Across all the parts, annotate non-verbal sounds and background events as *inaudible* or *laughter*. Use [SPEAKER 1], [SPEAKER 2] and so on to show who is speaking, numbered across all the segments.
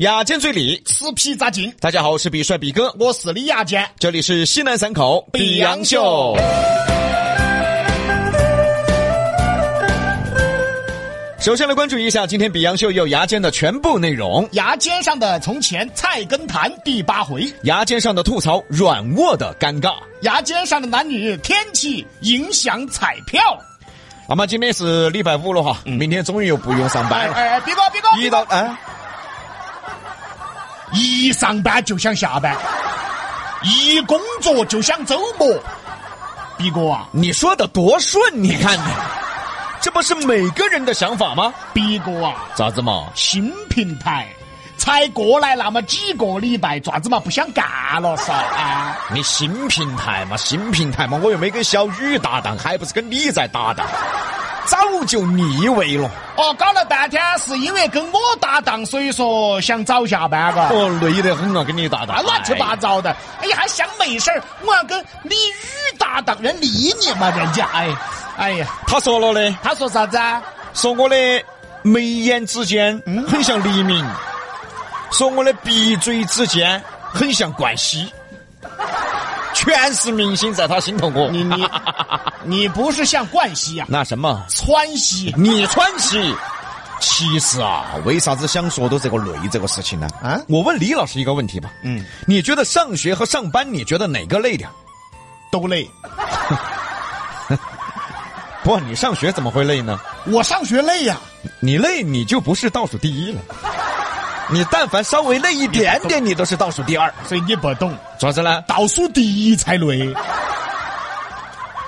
[SPEAKER 1] 牙尖嘴利，
[SPEAKER 2] 吃皮扎筋。
[SPEAKER 1] 大家好，我是比帅比哥，
[SPEAKER 2] 我是李亚健，
[SPEAKER 1] 这里是西南三口
[SPEAKER 2] 比洋秀。
[SPEAKER 1] 首先来关注一下今天比洋秀有牙尖的全部内容：
[SPEAKER 2] 牙尖上的从前菜根谭第八回，
[SPEAKER 1] 牙尖上的吐槽，软卧的尴尬。
[SPEAKER 2] 牙尖上的男女天气影响彩票。
[SPEAKER 1] 那么今天是礼拜五了哈，明天终于又不用上班
[SPEAKER 2] 嗯哎
[SPEAKER 1] 了。
[SPEAKER 2] 哎，哎，别哥别哥，
[SPEAKER 1] 一到啊，
[SPEAKER 2] 一上班就想下班，一工作就想周末。逼哥啊，
[SPEAKER 1] 你说的多顺，你看看，这不是每个人的想法吗？
[SPEAKER 2] 逼哥啊，
[SPEAKER 1] 咋子嘛？
[SPEAKER 2] 新平台才过来那么几个礼拜，爪子嘛不想干了噻啊？
[SPEAKER 1] 你新平台嘛，新平台嘛，我又没跟小雨搭档，还不是跟你在搭档，早就腻味了。
[SPEAKER 2] 哦，搞了半天是因为跟我搭档，所以说想早下班嘎。
[SPEAKER 1] 哦，累得很啊，跟你搭档
[SPEAKER 2] 啊，，乱七八糟的！哎呀，还想美事儿？我要跟李宇搭档，人理你吗？人家哎，哎呀
[SPEAKER 1] 哎。，他说了嘞，
[SPEAKER 2] 他说啥子啊？
[SPEAKER 1] 说我的眉眼之间很像黎明，说我的鼻嘴之间很像冠希，全是明星在他心头过。
[SPEAKER 2] 你你 *laughs* 你不是像冠希啊，
[SPEAKER 1] 那什么，
[SPEAKER 2] 川西
[SPEAKER 1] 你川西。其实啊，为啥子想说到这个累这个事情呢？
[SPEAKER 2] 啊
[SPEAKER 1] 我问李老师一个问题吧。
[SPEAKER 2] 嗯，
[SPEAKER 1] 你觉得上学和上班，你觉得哪个累点儿？
[SPEAKER 2] 都累。
[SPEAKER 1] 不，你上学怎么会累呢？
[SPEAKER 2] 我上学累呀、
[SPEAKER 1] 你累，你就不是倒数第一了。你但凡稍微累一点点，你都是倒数第二。
[SPEAKER 2] 所以你不懂，
[SPEAKER 1] 咋子呢？
[SPEAKER 2] 倒数第一才累。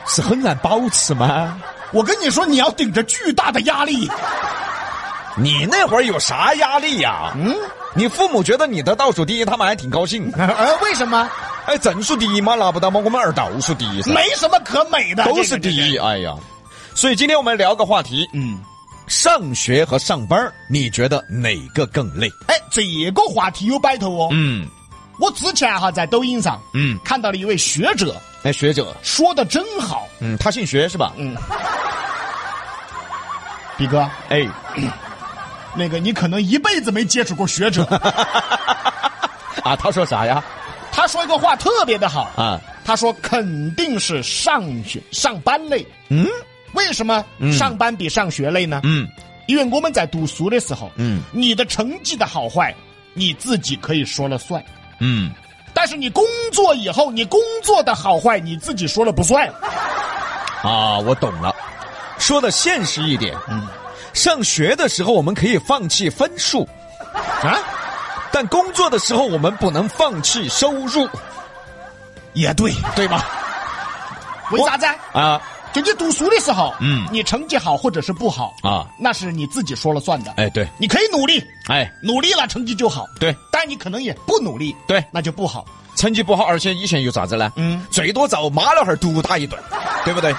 [SPEAKER 1] 是很难保持吗？
[SPEAKER 2] 我跟你说，你要顶着巨大的压力。
[SPEAKER 1] 你那会儿有啥压力呀、
[SPEAKER 2] 嗯，
[SPEAKER 1] 你父母觉得你的倒数第一，他们还挺高兴。
[SPEAKER 2] *laughs* 呃，为什么？
[SPEAKER 1] 哎，整数第一嘛，拿不到吗？我们二倒数第一噻，
[SPEAKER 2] 没什么可美的，
[SPEAKER 1] 都是第
[SPEAKER 2] 这个。这
[SPEAKER 1] 一。
[SPEAKER 2] 个
[SPEAKER 1] 哎呀，所以今天我们聊个话题：
[SPEAKER 2] 嗯，
[SPEAKER 1] 上学和上班儿，你觉得哪个更累？
[SPEAKER 2] 哎，这个话题有摆头哦。
[SPEAKER 1] 嗯
[SPEAKER 2] 我之前啊哈在抖音上，
[SPEAKER 1] 嗯，
[SPEAKER 2] 看到了一位学者
[SPEAKER 1] 哎，学者，
[SPEAKER 2] 说的真好，
[SPEAKER 1] 嗯，他姓学是吧？
[SPEAKER 2] 比哥，
[SPEAKER 1] 哎，
[SPEAKER 2] 那个你可能一辈子没接触过
[SPEAKER 1] *laughs*
[SPEAKER 2] 学者。
[SPEAKER 1] 啊，他说啥呀？
[SPEAKER 2] 他说一个话特别的好，
[SPEAKER 1] 啊，
[SPEAKER 2] 他说肯定是上学上班累。
[SPEAKER 1] 嗯
[SPEAKER 2] 为什么上班比上学累呢？
[SPEAKER 1] 嗯
[SPEAKER 2] 因为我们在读书的时候，
[SPEAKER 1] 嗯
[SPEAKER 2] 你的成绩的好坏你自己可以说了算，
[SPEAKER 1] 嗯，
[SPEAKER 2] 但是你工作以后，你工作的好坏你自己说了不算。
[SPEAKER 1] 啊，我懂了。说的现实一点，嗯，上学的时候我们可以放弃分数，
[SPEAKER 2] 啊，
[SPEAKER 1] 但工作的时候我们不能放弃收入，
[SPEAKER 2] 也对，
[SPEAKER 1] 对吗？
[SPEAKER 2] 为啥子？
[SPEAKER 1] 啊，
[SPEAKER 2] 就你读书的时候，
[SPEAKER 1] 嗯
[SPEAKER 2] 你成绩好或者是不好
[SPEAKER 1] 啊，
[SPEAKER 2] 那是你自己说了算的。
[SPEAKER 1] 哎，对，
[SPEAKER 2] 你可以努力，
[SPEAKER 1] 哎，
[SPEAKER 2] 努力了成绩就好，
[SPEAKER 1] 对
[SPEAKER 2] 但你可能也不努力，
[SPEAKER 1] 对
[SPEAKER 2] 那就不好。
[SPEAKER 1] 成绩不好，而且以前又咋子呢？
[SPEAKER 2] 嗯，
[SPEAKER 1] 最多遭妈老汉儿毒打一顿，对不对？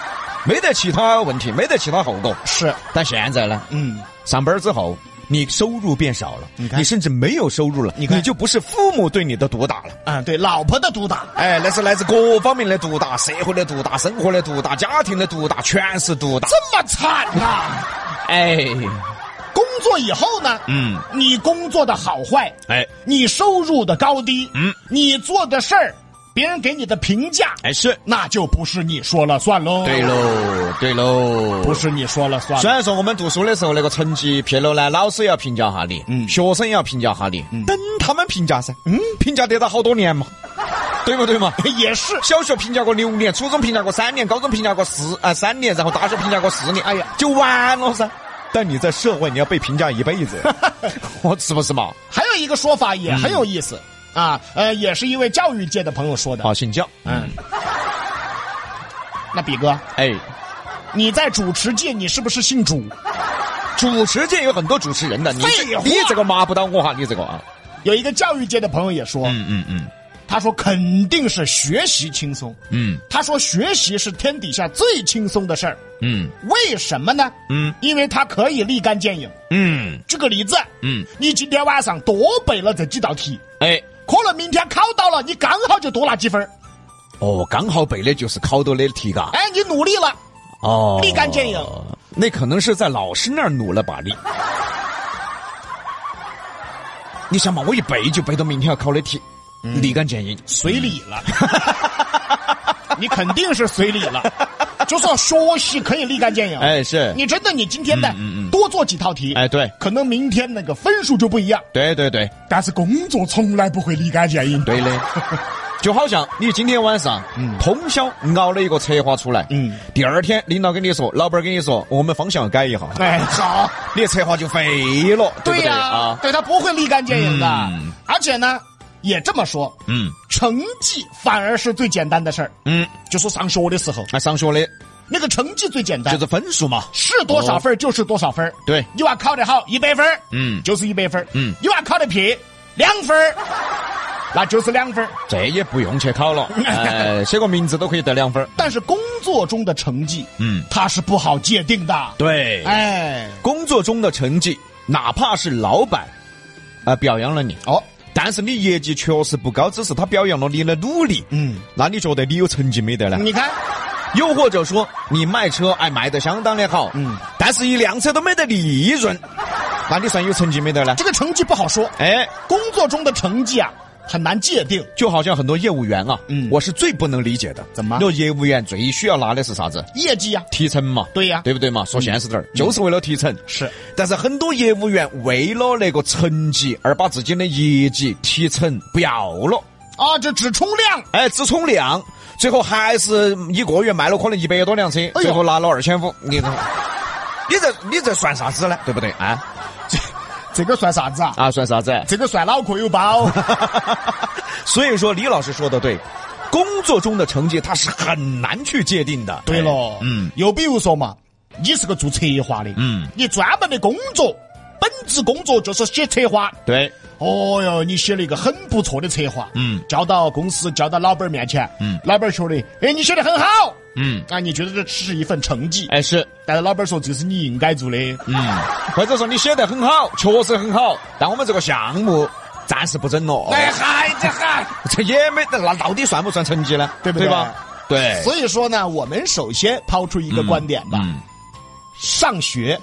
[SPEAKER 1] 没得其他问题，没得其他后果。
[SPEAKER 2] 是，
[SPEAKER 1] 但现在呢，
[SPEAKER 2] 嗯，
[SPEAKER 1] 上班之后，你收入变少了，
[SPEAKER 2] 你看
[SPEAKER 1] 甚至没有收入了，
[SPEAKER 2] 你看
[SPEAKER 1] 就不是父母对你的毒打了。
[SPEAKER 2] 啊，对，老婆的毒打，
[SPEAKER 1] 哎，那是来自各方面的毒打，社会的毒打，生活的毒打，家庭的毒打，全是毒打。
[SPEAKER 2] 这么惨
[SPEAKER 1] *laughs*
[SPEAKER 2] 啊！
[SPEAKER 1] 哎，
[SPEAKER 2] 工作以后呢？
[SPEAKER 1] 嗯，
[SPEAKER 2] 你工作的好坏，
[SPEAKER 1] 哎，
[SPEAKER 2] 你收入的高低，
[SPEAKER 1] 嗯，
[SPEAKER 2] 你做的事儿，别人给你的评价，
[SPEAKER 1] 哎是，
[SPEAKER 2] 那就不是你说了算喽。
[SPEAKER 1] 对，喽，对喽，
[SPEAKER 2] 不。是你说了算
[SPEAKER 1] 啊虽然说我们读书的时候那个成绩撇了呢，老师也要评价下你，嗯，学生也要评价下你，等他们评价噻，嗯，评价得到好多年 *laughs* 嘛，对不对嘛？
[SPEAKER 2] 也是。
[SPEAKER 1] 小学评价过六年，初中评价过三年，高中评价过四啊、三年，然后大学评价过四年，哎
[SPEAKER 2] 哎
[SPEAKER 1] 呀
[SPEAKER 2] 呀，
[SPEAKER 1] 就完了噻。但你在社会，你要被评价一辈子， *laughs* 我是不是嘛？
[SPEAKER 2] 还有一个说法
[SPEAKER 1] 嗯
[SPEAKER 2] 也很有意思、啊，呃，也是一位教育界的朋友说的。
[SPEAKER 1] 好，请教。
[SPEAKER 2] 嗯，那比哥，
[SPEAKER 1] 哎，
[SPEAKER 2] 你在主持界，你是不是姓主？
[SPEAKER 1] 主持界有很多主持人的，你这
[SPEAKER 2] 废话
[SPEAKER 1] 你这个麻不到我哈，你这个啊，
[SPEAKER 2] 有一个教育界的朋友也说，
[SPEAKER 1] 嗯嗯嗯
[SPEAKER 2] 他说肯定是学习轻松。
[SPEAKER 1] 嗯
[SPEAKER 2] 他说学习是天底下最轻松的事儿，
[SPEAKER 1] 嗯
[SPEAKER 2] 为什么呢？
[SPEAKER 1] 嗯
[SPEAKER 2] 因为它可以立竿见影。
[SPEAKER 1] 嗯
[SPEAKER 2] 举个例子，
[SPEAKER 1] 嗯，
[SPEAKER 2] 你今天晚上多背了这几道题，
[SPEAKER 1] 哎，
[SPEAKER 2] 可能明天考到了，你刚好就多拿几分儿。
[SPEAKER 1] 哦，刚好背的就是考到的题嘎，
[SPEAKER 2] 哎，你努力了，
[SPEAKER 1] *laughs* 哦，
[SPEAKER 2] 立竿见影。
[SPEAKER 1] 那可能是在老师那儿努了把力， *laughs* 你想嘛，我一背就背到明天要考的题，立竿见影。
[SPEAKER 2] 随礼
[SPEAKER 1] *laughs*
[SPEAKER 2] 了，你肯定是随礼了。就说学习可以立竿见影，
[SPEAKER 1] 哎是
[SPEAKER 2] 你真的你今天的多做几套题，
[SPEAKER 1] 哎对
[SPEAKER 2] 可能明天那个分数就不一样。
[SPEAKER 1] 对对对
[SPEAKER 2] 但是工作从来不会立竿见影，
[SPEAKER 1] 对的，就好像你今天晚上通宵熬了一个策划出来，
[SPEAKER 2] 嗯
[SPEAKER 1] 第二天领导跟你说，老板跟你说，我们方向要改一下，
[SPEAKER 2] *laughs*
[SPEAKER 1] *laughs*
[SPEAKER 2] 哎好，
[SPEAKER 1] 你的策划就废了，对不对
[SPEAKER 2] 呀、
[SPEAKER 1] 啊？
[SPEAKER 2] 对他不会立竿见影的，
[SPEAKER 1] 嗯
[SPEAKER 2] 而且呢，也这么说，
[SPEAKER 1] 嗯
[SPEAKER 2] 成绩反而是最简单的事儿。
[SPEAKER 1] 嗯，
[SPEAKER 2] 就说上学的时候，
[SPEAKER 1] 那上学的
[SPEAKER 2] 那个成绩最简单，
[SPEAKER 1] 就是分数嘛，
[SPEAKER 2] 是多少分儿就是多少分儿。
[SPEAKER 1] 对
[SPEAKER 2] 你娃考得好，一百分儿
[SPEAKER 1] 嗯
[SPEAKER 2] 就是一百分儿
[SPEAKER 1] 嗯
[SPEAKER 2] 你娃考得撇，两分儿 *laughs* 那就是两分儿
[SPEAKER 1] 这也不用去考了，
[SPEAKER 2] *laughs*
[SPEAKER 1] 哎，写个名字都可以得两分儿。
[SPEAKER 2] 但是工作中的成绩，
[SPEAKER 1] 嗯
[SPEAKER 2] 它是不好界定的。
[SPEAKER 1] 对
[SPEAKER 2] 哎，
[SPEAKER 1] 工作中的成绩，哪怕是老板，呃，表扬了你，
[SPEAKER 2] 哦，
[SPEAKER 1] 但是你业绩确实不高，只是他表扬了你的努力，
[SPEAKER 2] 嗯，
[SPEAKER 1] 那你觉得你有成绩没得呢？
[SPEAKER 2] 你看，
[SPEAKER 1] 又或者说，你卖车哎卖得相当的好，
[SPEAKER 2] 嗯
[SPEAKER 1] 嗯，但是一辆车都没得利润，那你算有成绩没得呢？
[SPEAKER 2] 这个成绩不好说，
[SPEAKER 1] 哎，
[SPEAKER 2] 工作中的成绩啊很难界定。
[SPEAKER 1] 就好像很多业务员啊，嗯，
[SPEAKER 2] 嗯
[SPEAKER 1] 我是最不能理解的，
[SPEAKER 2] 怎么
[SPEAKER 1] 那业务员最需要拿的是啥子？
[SPEAKER 2] 业绩呀、
[SPEAKER 1] 提成嘛，
[SPEAKER 2] 对呀
[SPEAKER 1] 对不对嘛？说现实点儿，就是为了提成。
[SPEAKER 2] 是，
[SPEAKER 1] 但是很多业务员为了那个成绩而把自己的业绩提成不要了，
[SPEAKER 2] 啊，这只冲量，
[SPEAKER 1] 哎，只冲量，最后还是一个月卖了可能一百多辆车，
[SPEAKER 2] 呦
[SPEAKER 1] 最后拿了二千五，你看，哎 *laughs* 你这你这算啥子呢？对不对啊？
[SPEAKER 2] 这个算啥子啊？
[SPEAKER 1] 啊，算啥子？
[SPEAKER 2] 这个算脑壳有包。
[SPEAKER 1] 所以说，李老师说的对，工作中的成绩他是很难去界定的。
[SPEAKER 2] *laughs* 对喽，
[SPEAKER 1] 嗯，
[SPEAKER 2] 又比如说嘛，你是个做策划的，
[SPEAKER 1] 嗯，
[SPEAKER 2] 你专门的工作，本职工作就是写策划。
[SPEAKER 1] 对，
[SPEAKER 2] 哦哟，你写了一个很不错的策划，
[SPEAKER 1] 嗯
[SPEAKER 2] 交到公司，交到老板面前，
[SPEAKER 1] 嗯
[SPEAKER 2] 老板说的，哎，你写的很好，
[SPEAKER 1] 嗯，
[SPEAKER 2] 啊，你觉得这只是一份成绩，
[SPEAKER 1] 哎是，
[SPEAKER 2] 但是老板说这是你应该做的，
[SPEAKER 1] 嗯，或者说你写得很好，确实很好，但我们这个项目暂时不整了。
[SPEAKER 2] 哎嗨，这嗨，
[SPEAKER 1] 这也没得，那到底算不算成绩呢？
[SPEAKER 2] 对不对
[SPEAKER 1] 对吧？对，
[SPEAKER 2] 所以说呢，我们首先抛出一个观点吧，
[SPEAKER 1] 哎嗯
[SPEAKER 2] 上学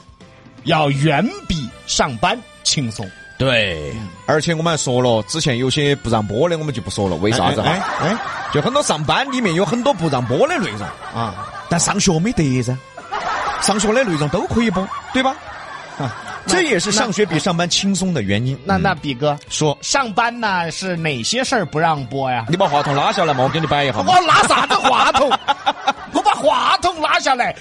[SPEAKER 2] 要远比上班轻松，
[SPEAKER 1] 对，而且我们还说了，之前有些不让播的，我们就不说了，为啥子
[SPEAKER 2] 哎
[SPEAKER 1] 哈？
[SPEAKER 2] 哎
[SPEAKER 1] 就很多上班里面有很多不让播的内容，
[SPEAKER 2] 哎啊。
[SPEAKER 1] 但上学没得噻，上学的内容都可以播，对吧？这也是上学比上班轻松的原因。
[SPEAKER 2] 那那
[SPEAKER 1] 嗯
[SPEAKER 2] 比哥
[SPEAKER 1] 说，
[SPEAKER 2] 上班呢是哪些事儿不让播呀？
[SPEAKER 1] 你把话筒拉下来嘛，我给你摆一下
[SPEAKER 2] 我
[SPEAKER 1] 嘛。
[SPEAKER 2] 拿啥子话筒？ *laughs* 我把话筒拿下来。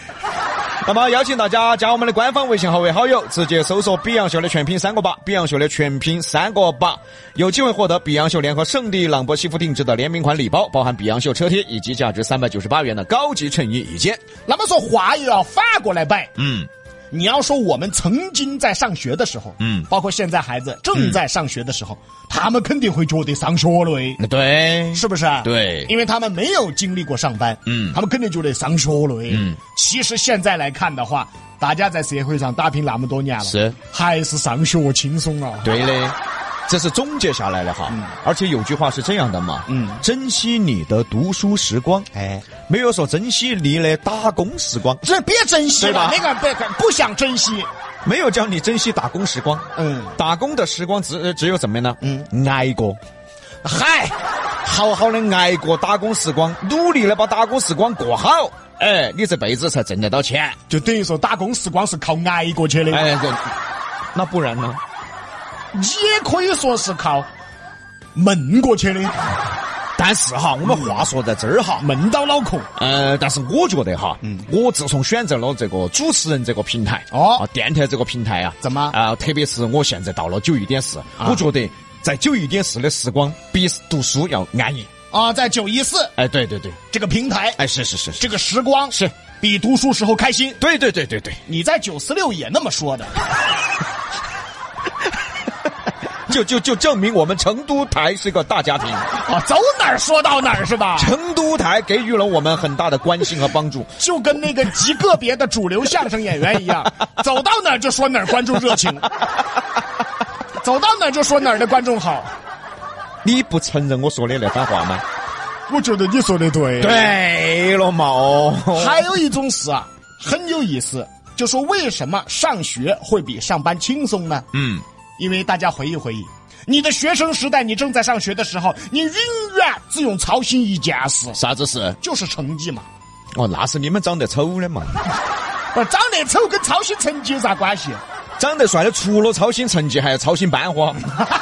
[SPEAKER 1] 那么邀请大家加我们的官方微信号为好友，直接搜索“比洋秀”的全拼三个八，比洋秀的全拼三个八，有机会获得比洋秀联合圣地朗博西服定制的联名款礼包，包含比洋秀车贴以及价值三百九十八元的高级衬衣一件。
[SPEAKER 2] 那么说话又要反过来摆。
[SPEAKER 1] 嗯，
[SPEAKER 2] 你要说我们曾经在上学的时候，
[SPEAKER 1] 嗯
[SPEAKER 2] 包括现在孩子正在上学的时候，他们肯定会觉得上学了哎，
[SPEAKER 1] 对，
[SPEAKER 2] 是不是啊？
[SPEAKER 1] 对
[SPEAKER 2] 因为他们没有经历过上班，
[SPEAKER 1] 嗯
[SPEAKER 2] 他们肯定觉得上学了哎。
[SPEAKER 1] 嗯，
[SPEAKER 2] 其实现在来看的话，大家在社会上打拼那么多年了，
[SPEAKER 1] 是
[SPEAKER 2] 还是上学轻松啊。
[SPEAKER 1] 对嗯的，这是总结下来的哈。而且有句话是这样的嘛，
[SPEAKER 2] 嗯
[SPEAKER 1] 珍惜你的读书时光，
[SPEAKER 2] 哎。
[SPEAKER 1] 没有说珍惜你的打工时光，
[SPEAKER 2] 这别珍惜了，那
[SPEAKER 1] 对
[SPEAKER 2] 个别不想珍惜。
[SPEAKER 1] 没有叫你珍惜打工时光。
[SPEAKER 2] 嗯，
[SPEAKER 1] 打工的时光只呃只有怎么样呢？
[SPEAKER 2] 嗯
[SPEAKER 1] 嗯，挨过，
[SPEAKER 2] 嗨，
[SPEAKER 1] 好好的挨过打工时光，努力的把打工时光过好，哎，你这辈子才挣得到钱。
[SPEAKER 2] 就等于说打工时光是靠挨过去的，
[SPEAKER 1] 哎，对，那不然呢？
[SPEAKER 2] 也可以说是靠闷过去的，
[SPEAKER 1] 但是哈，我们话说在这儿哈，
[SPEAKER 2] 闷到脑壳。
[SPEAKER 1] 呃，但是我觉得哈，我自从选择了这个主持人这个平台，
[SPEAKER 2] 哦
[SPEAKER 1] 啊，电台这个平台啊，
[SPEAKER 2] 怎么
[SPEAKER 1] 啊、特别是我现在到了九一点四，我觉得在九一点四的时光比读书要安逸。
[SPEAKER 2] 啊，在九一四
[SPEAKER 1] 哎，对对对，
[SPEAKER 2] 这个平台，
[SPEAKER 1] 哎，是是是是，
[SPEAKER 2] 这个时光
[SPEAKER 1] 是
[SPEAKER 2] 比读书时候开心。
[SPEAKER 1] 对对对对对，
[SPEAKER 2] 你在九四六也那么说的，
[SPEAKER 1] 就就就证明我们成都台是个大家庭，
[SPEAKER 2] 啊，走哪儿说到哪儿是吧？
[SPEAKER 1] 成都台给予了我们很大的关心和帮助。
[SPEAKER 2] *laughs* 就跟那个极个别的主流相声演员一样， *laughs* 走到哪儿就说哪儿观众热情，走到哪儿就说哪儿的观众好。
[SPEAKER 1] 你不承认我说的那番话吗？
[SPEAKER 2] 我觉得你说的对。，
[SPEAKER 1] 对了嘛，哦，
[SPEAKER 2] 还有一种事啊，很有意思，就说为什么上学会比上班轻松呢？
[SPEAKER 1] 嗯，
[SPEAKER 2] 因为大家回忆回忆，你的学生时代，你正在上学的时候，你永远只用操心一件事，
[SPEAKER 1] 啥子事？
[SPEAKER 2] 就是成绩嘛。
[SPEAKER 1] 哦，那是你们长得丑的嘛，
[SPEAKER 2] 不是长得丑跟操心成绩有啥关系？
[SPEAKER 1] 长得帅的除了操心成绩，还要操心班花， *laughs*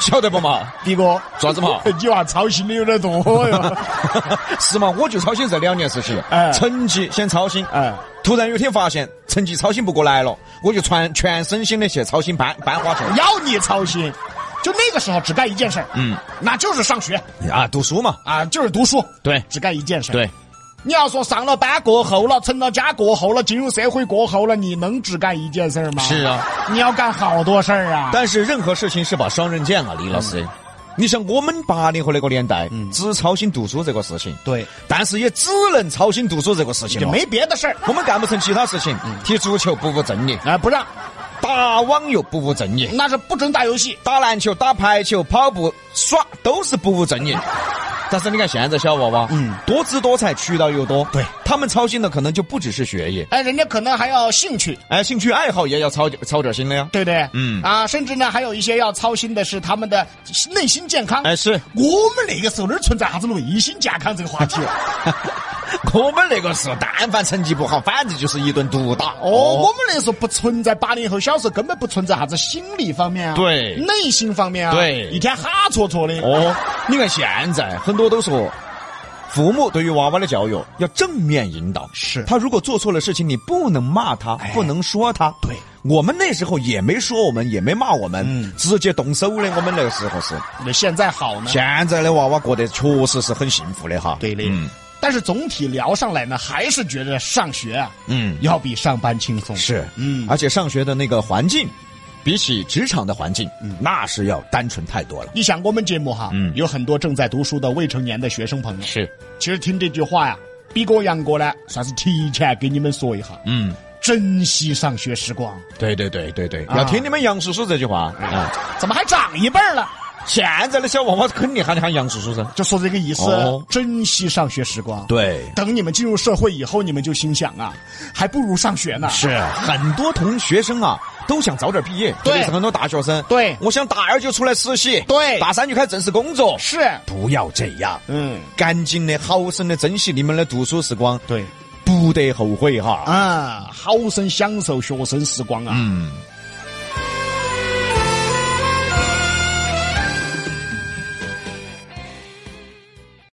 [SPEAKER 1] 晓得不嘛？
[SPEAKER 2] 迪哥，
[SPEAKER 1] 爪子嘛
[SPEAKER 2] *laughs* 你娃操心的有点哎多
[SPEAKER 1] *laughs*
[SPEAKER 2] 哟。
[SPEAKER 1] 是嘛？我就操心这两件事情，
[SPEAKER 2] 哎
[SPEAKER 1] 成绩先操心，
[SPEAKER 2] 哎
[SPEAKER 1] 突然有一天发现成绩操心不过来了，我就全全身心的去操心班班花去了
[SPEAKER 2] 要你操心，就那个时候只干一件事，嗯，那就是上学
[SPEAKER 1] 啊，读书嘛，
[SPEAKER 2] 啊，就是读书，
[SPEAKER 1] 对
[SPEAKER 2] 只干一件事。
[SPEAKER 1] 对，
[SPEAKER 2] 你要说上了班过后了，成了家过后了，进入社会过后了，你能只干一件事吗？
[SPEAKER 1] 是啊，
[SPEAKER 2] 你要干好多事儿啊。
[SPEAKER 1] 但是任何事情是把双刃剑啊，李老师。你像我们八零后那个年代，只操心读书这个事情，
[SPEAKER 2] 对，
[SPEAKER 1] 但是也只能操心读书这个事情
[SPEAKER 2] 就
[SPEAKER 1] 了
[SPEAKER 2] 没别的事儿，
[SPEAKER 1] 我们干不成其他事情，踢足球不务正业，
[SPEAKER 2] 啊，不让，
[SPEAKER 1] 打网游不务正业，
[SPEAKER 2] 那是不准打游戏。
[SPEAKER 1] 打篮球、打排球、跑步、耍都是不务正业。但是你看现在小娃娃，嗯，多姿多彩，渠道又多，
[SPEAKER 2] 对
[SPEAKER 1] 他们操心的可能就不只是学业，
[SPEAKER 2] 哎，人家可能还要兴趣，
[SPEAKER 1] 哎，兴趣爱好也要操操点心的呀。
[SPEAKER 2] 对不对？
[SPEAKER 1] 嗯
[SPEAKER 2] 啊，甚至呢，还有一些要操心的是他们的内心健康。
[SPEAKER 1] 哎，是
[SPEAKER 2] 我们那个时候哪儿存在啥子内心健康这个话题哦？
[SPEAKER 1] *laughs* 我们那个时候，但凡成绩不好，反正就是一顿毒打。
[SPEAKER 2] 哦，我们那时候不存在八零后，小时候根本不存在啥子心理方面啊，
[SPEAKER 1] 对
[SPEAKER 2] 内心方面啊，
[SPEAKER 1] 对
[SPEAKER 2] 一天哈戳戳的。
[SPEAKER 1] 哦，你看现在很多都说，父母对于娃娃的教育要正面引导。
[SPEAKER 2] 是哎
[SPEAKER 1] 他如果做错了事情，你不能骂他，不能说他。
[SPEAKER 2] 对，嗯
[SPEAKER 1] 我们那时候也没说我们，也没骂我们，直接动手的。我们那个时候是，
[SPEAKER 2] 那现在好呢？
[SPEAKER 1] 现在的娃娃过得确实是很幸福的哈。
[SPEAKER 2] 对的。
[SPEAKER 1] 嗯
[SPEAKER 2] 但是总体聊上来呢，还是觉得上学啊，
[SPEAKER 1] 嗯，
[SPEAKER 2] 要比上班轻松。
[SPEAKER 1] 是，啊
[SPEAKER 2] 嗯
[SPEAKER 1] 而且上学的那个环境，比起职场的环境，
[SPEAKER 2] 嗯
[SPEAKER 1] 那是要单纯太多了。
[SPEAKER 2] 你想我们节目哈，
[SPEAKER 1] 嗯
[SPEAKER 2] 有很多正在读书的未成年的学生朋友，
[SPEAKER 1] 是，
[SPEAKER 2] 其实听这句话呀，比哥杨哥呢，算是提前给你们说一下，
[SPEAKER 1] 嗯。
[SPEAKER 2] 珍惜上学时光。
[SPEAKER 1] 对对对对对，
[SPEAKER 2] 啊
[SPEAKER 1] 要听你们杨叔叔这句话啊！
[SPEAKER 2] 怎么还长一辈儿了？
[SPEAKER 1] 现在的小娃娃肯定喊你喊杨叔叔噻。
[SPEAKER 2] 就说这个意思，
[SPEAKER 1] 哦
[SPEAKER 2] 珍惜上学时光。
[SPEAKER 1] 对，
[SPEAKER 2] 等你们进入社会以后，你们就心想啊，还不如上学呢。
[SPEAKER 1] 是很多同学生啊都想早点毕业，特
[SPEAKER 2] 对
[SPEAKER 1] 别是很多大学生。
[SPEAKER 2] 对
[SPEAKER 1] 我想大二就出来实习，
[SPEAKER 2] 对
[SPEAKER 1] 大三就开始正式工作。
[SPEAKER 2] 是，
[SPEAKER 1] 不要这样，
[SPEAKER 2] 嗯，
[SPEAKER 1] 赶紧的，好生的珍惜你们的读书时光，
[SPEAKER 2] 对
[SPEAKER 1] 不得后悔哈。
[SPEAKER 2] 啊，好生享受学生时光啊。
[SPEAKER 1] 嗯，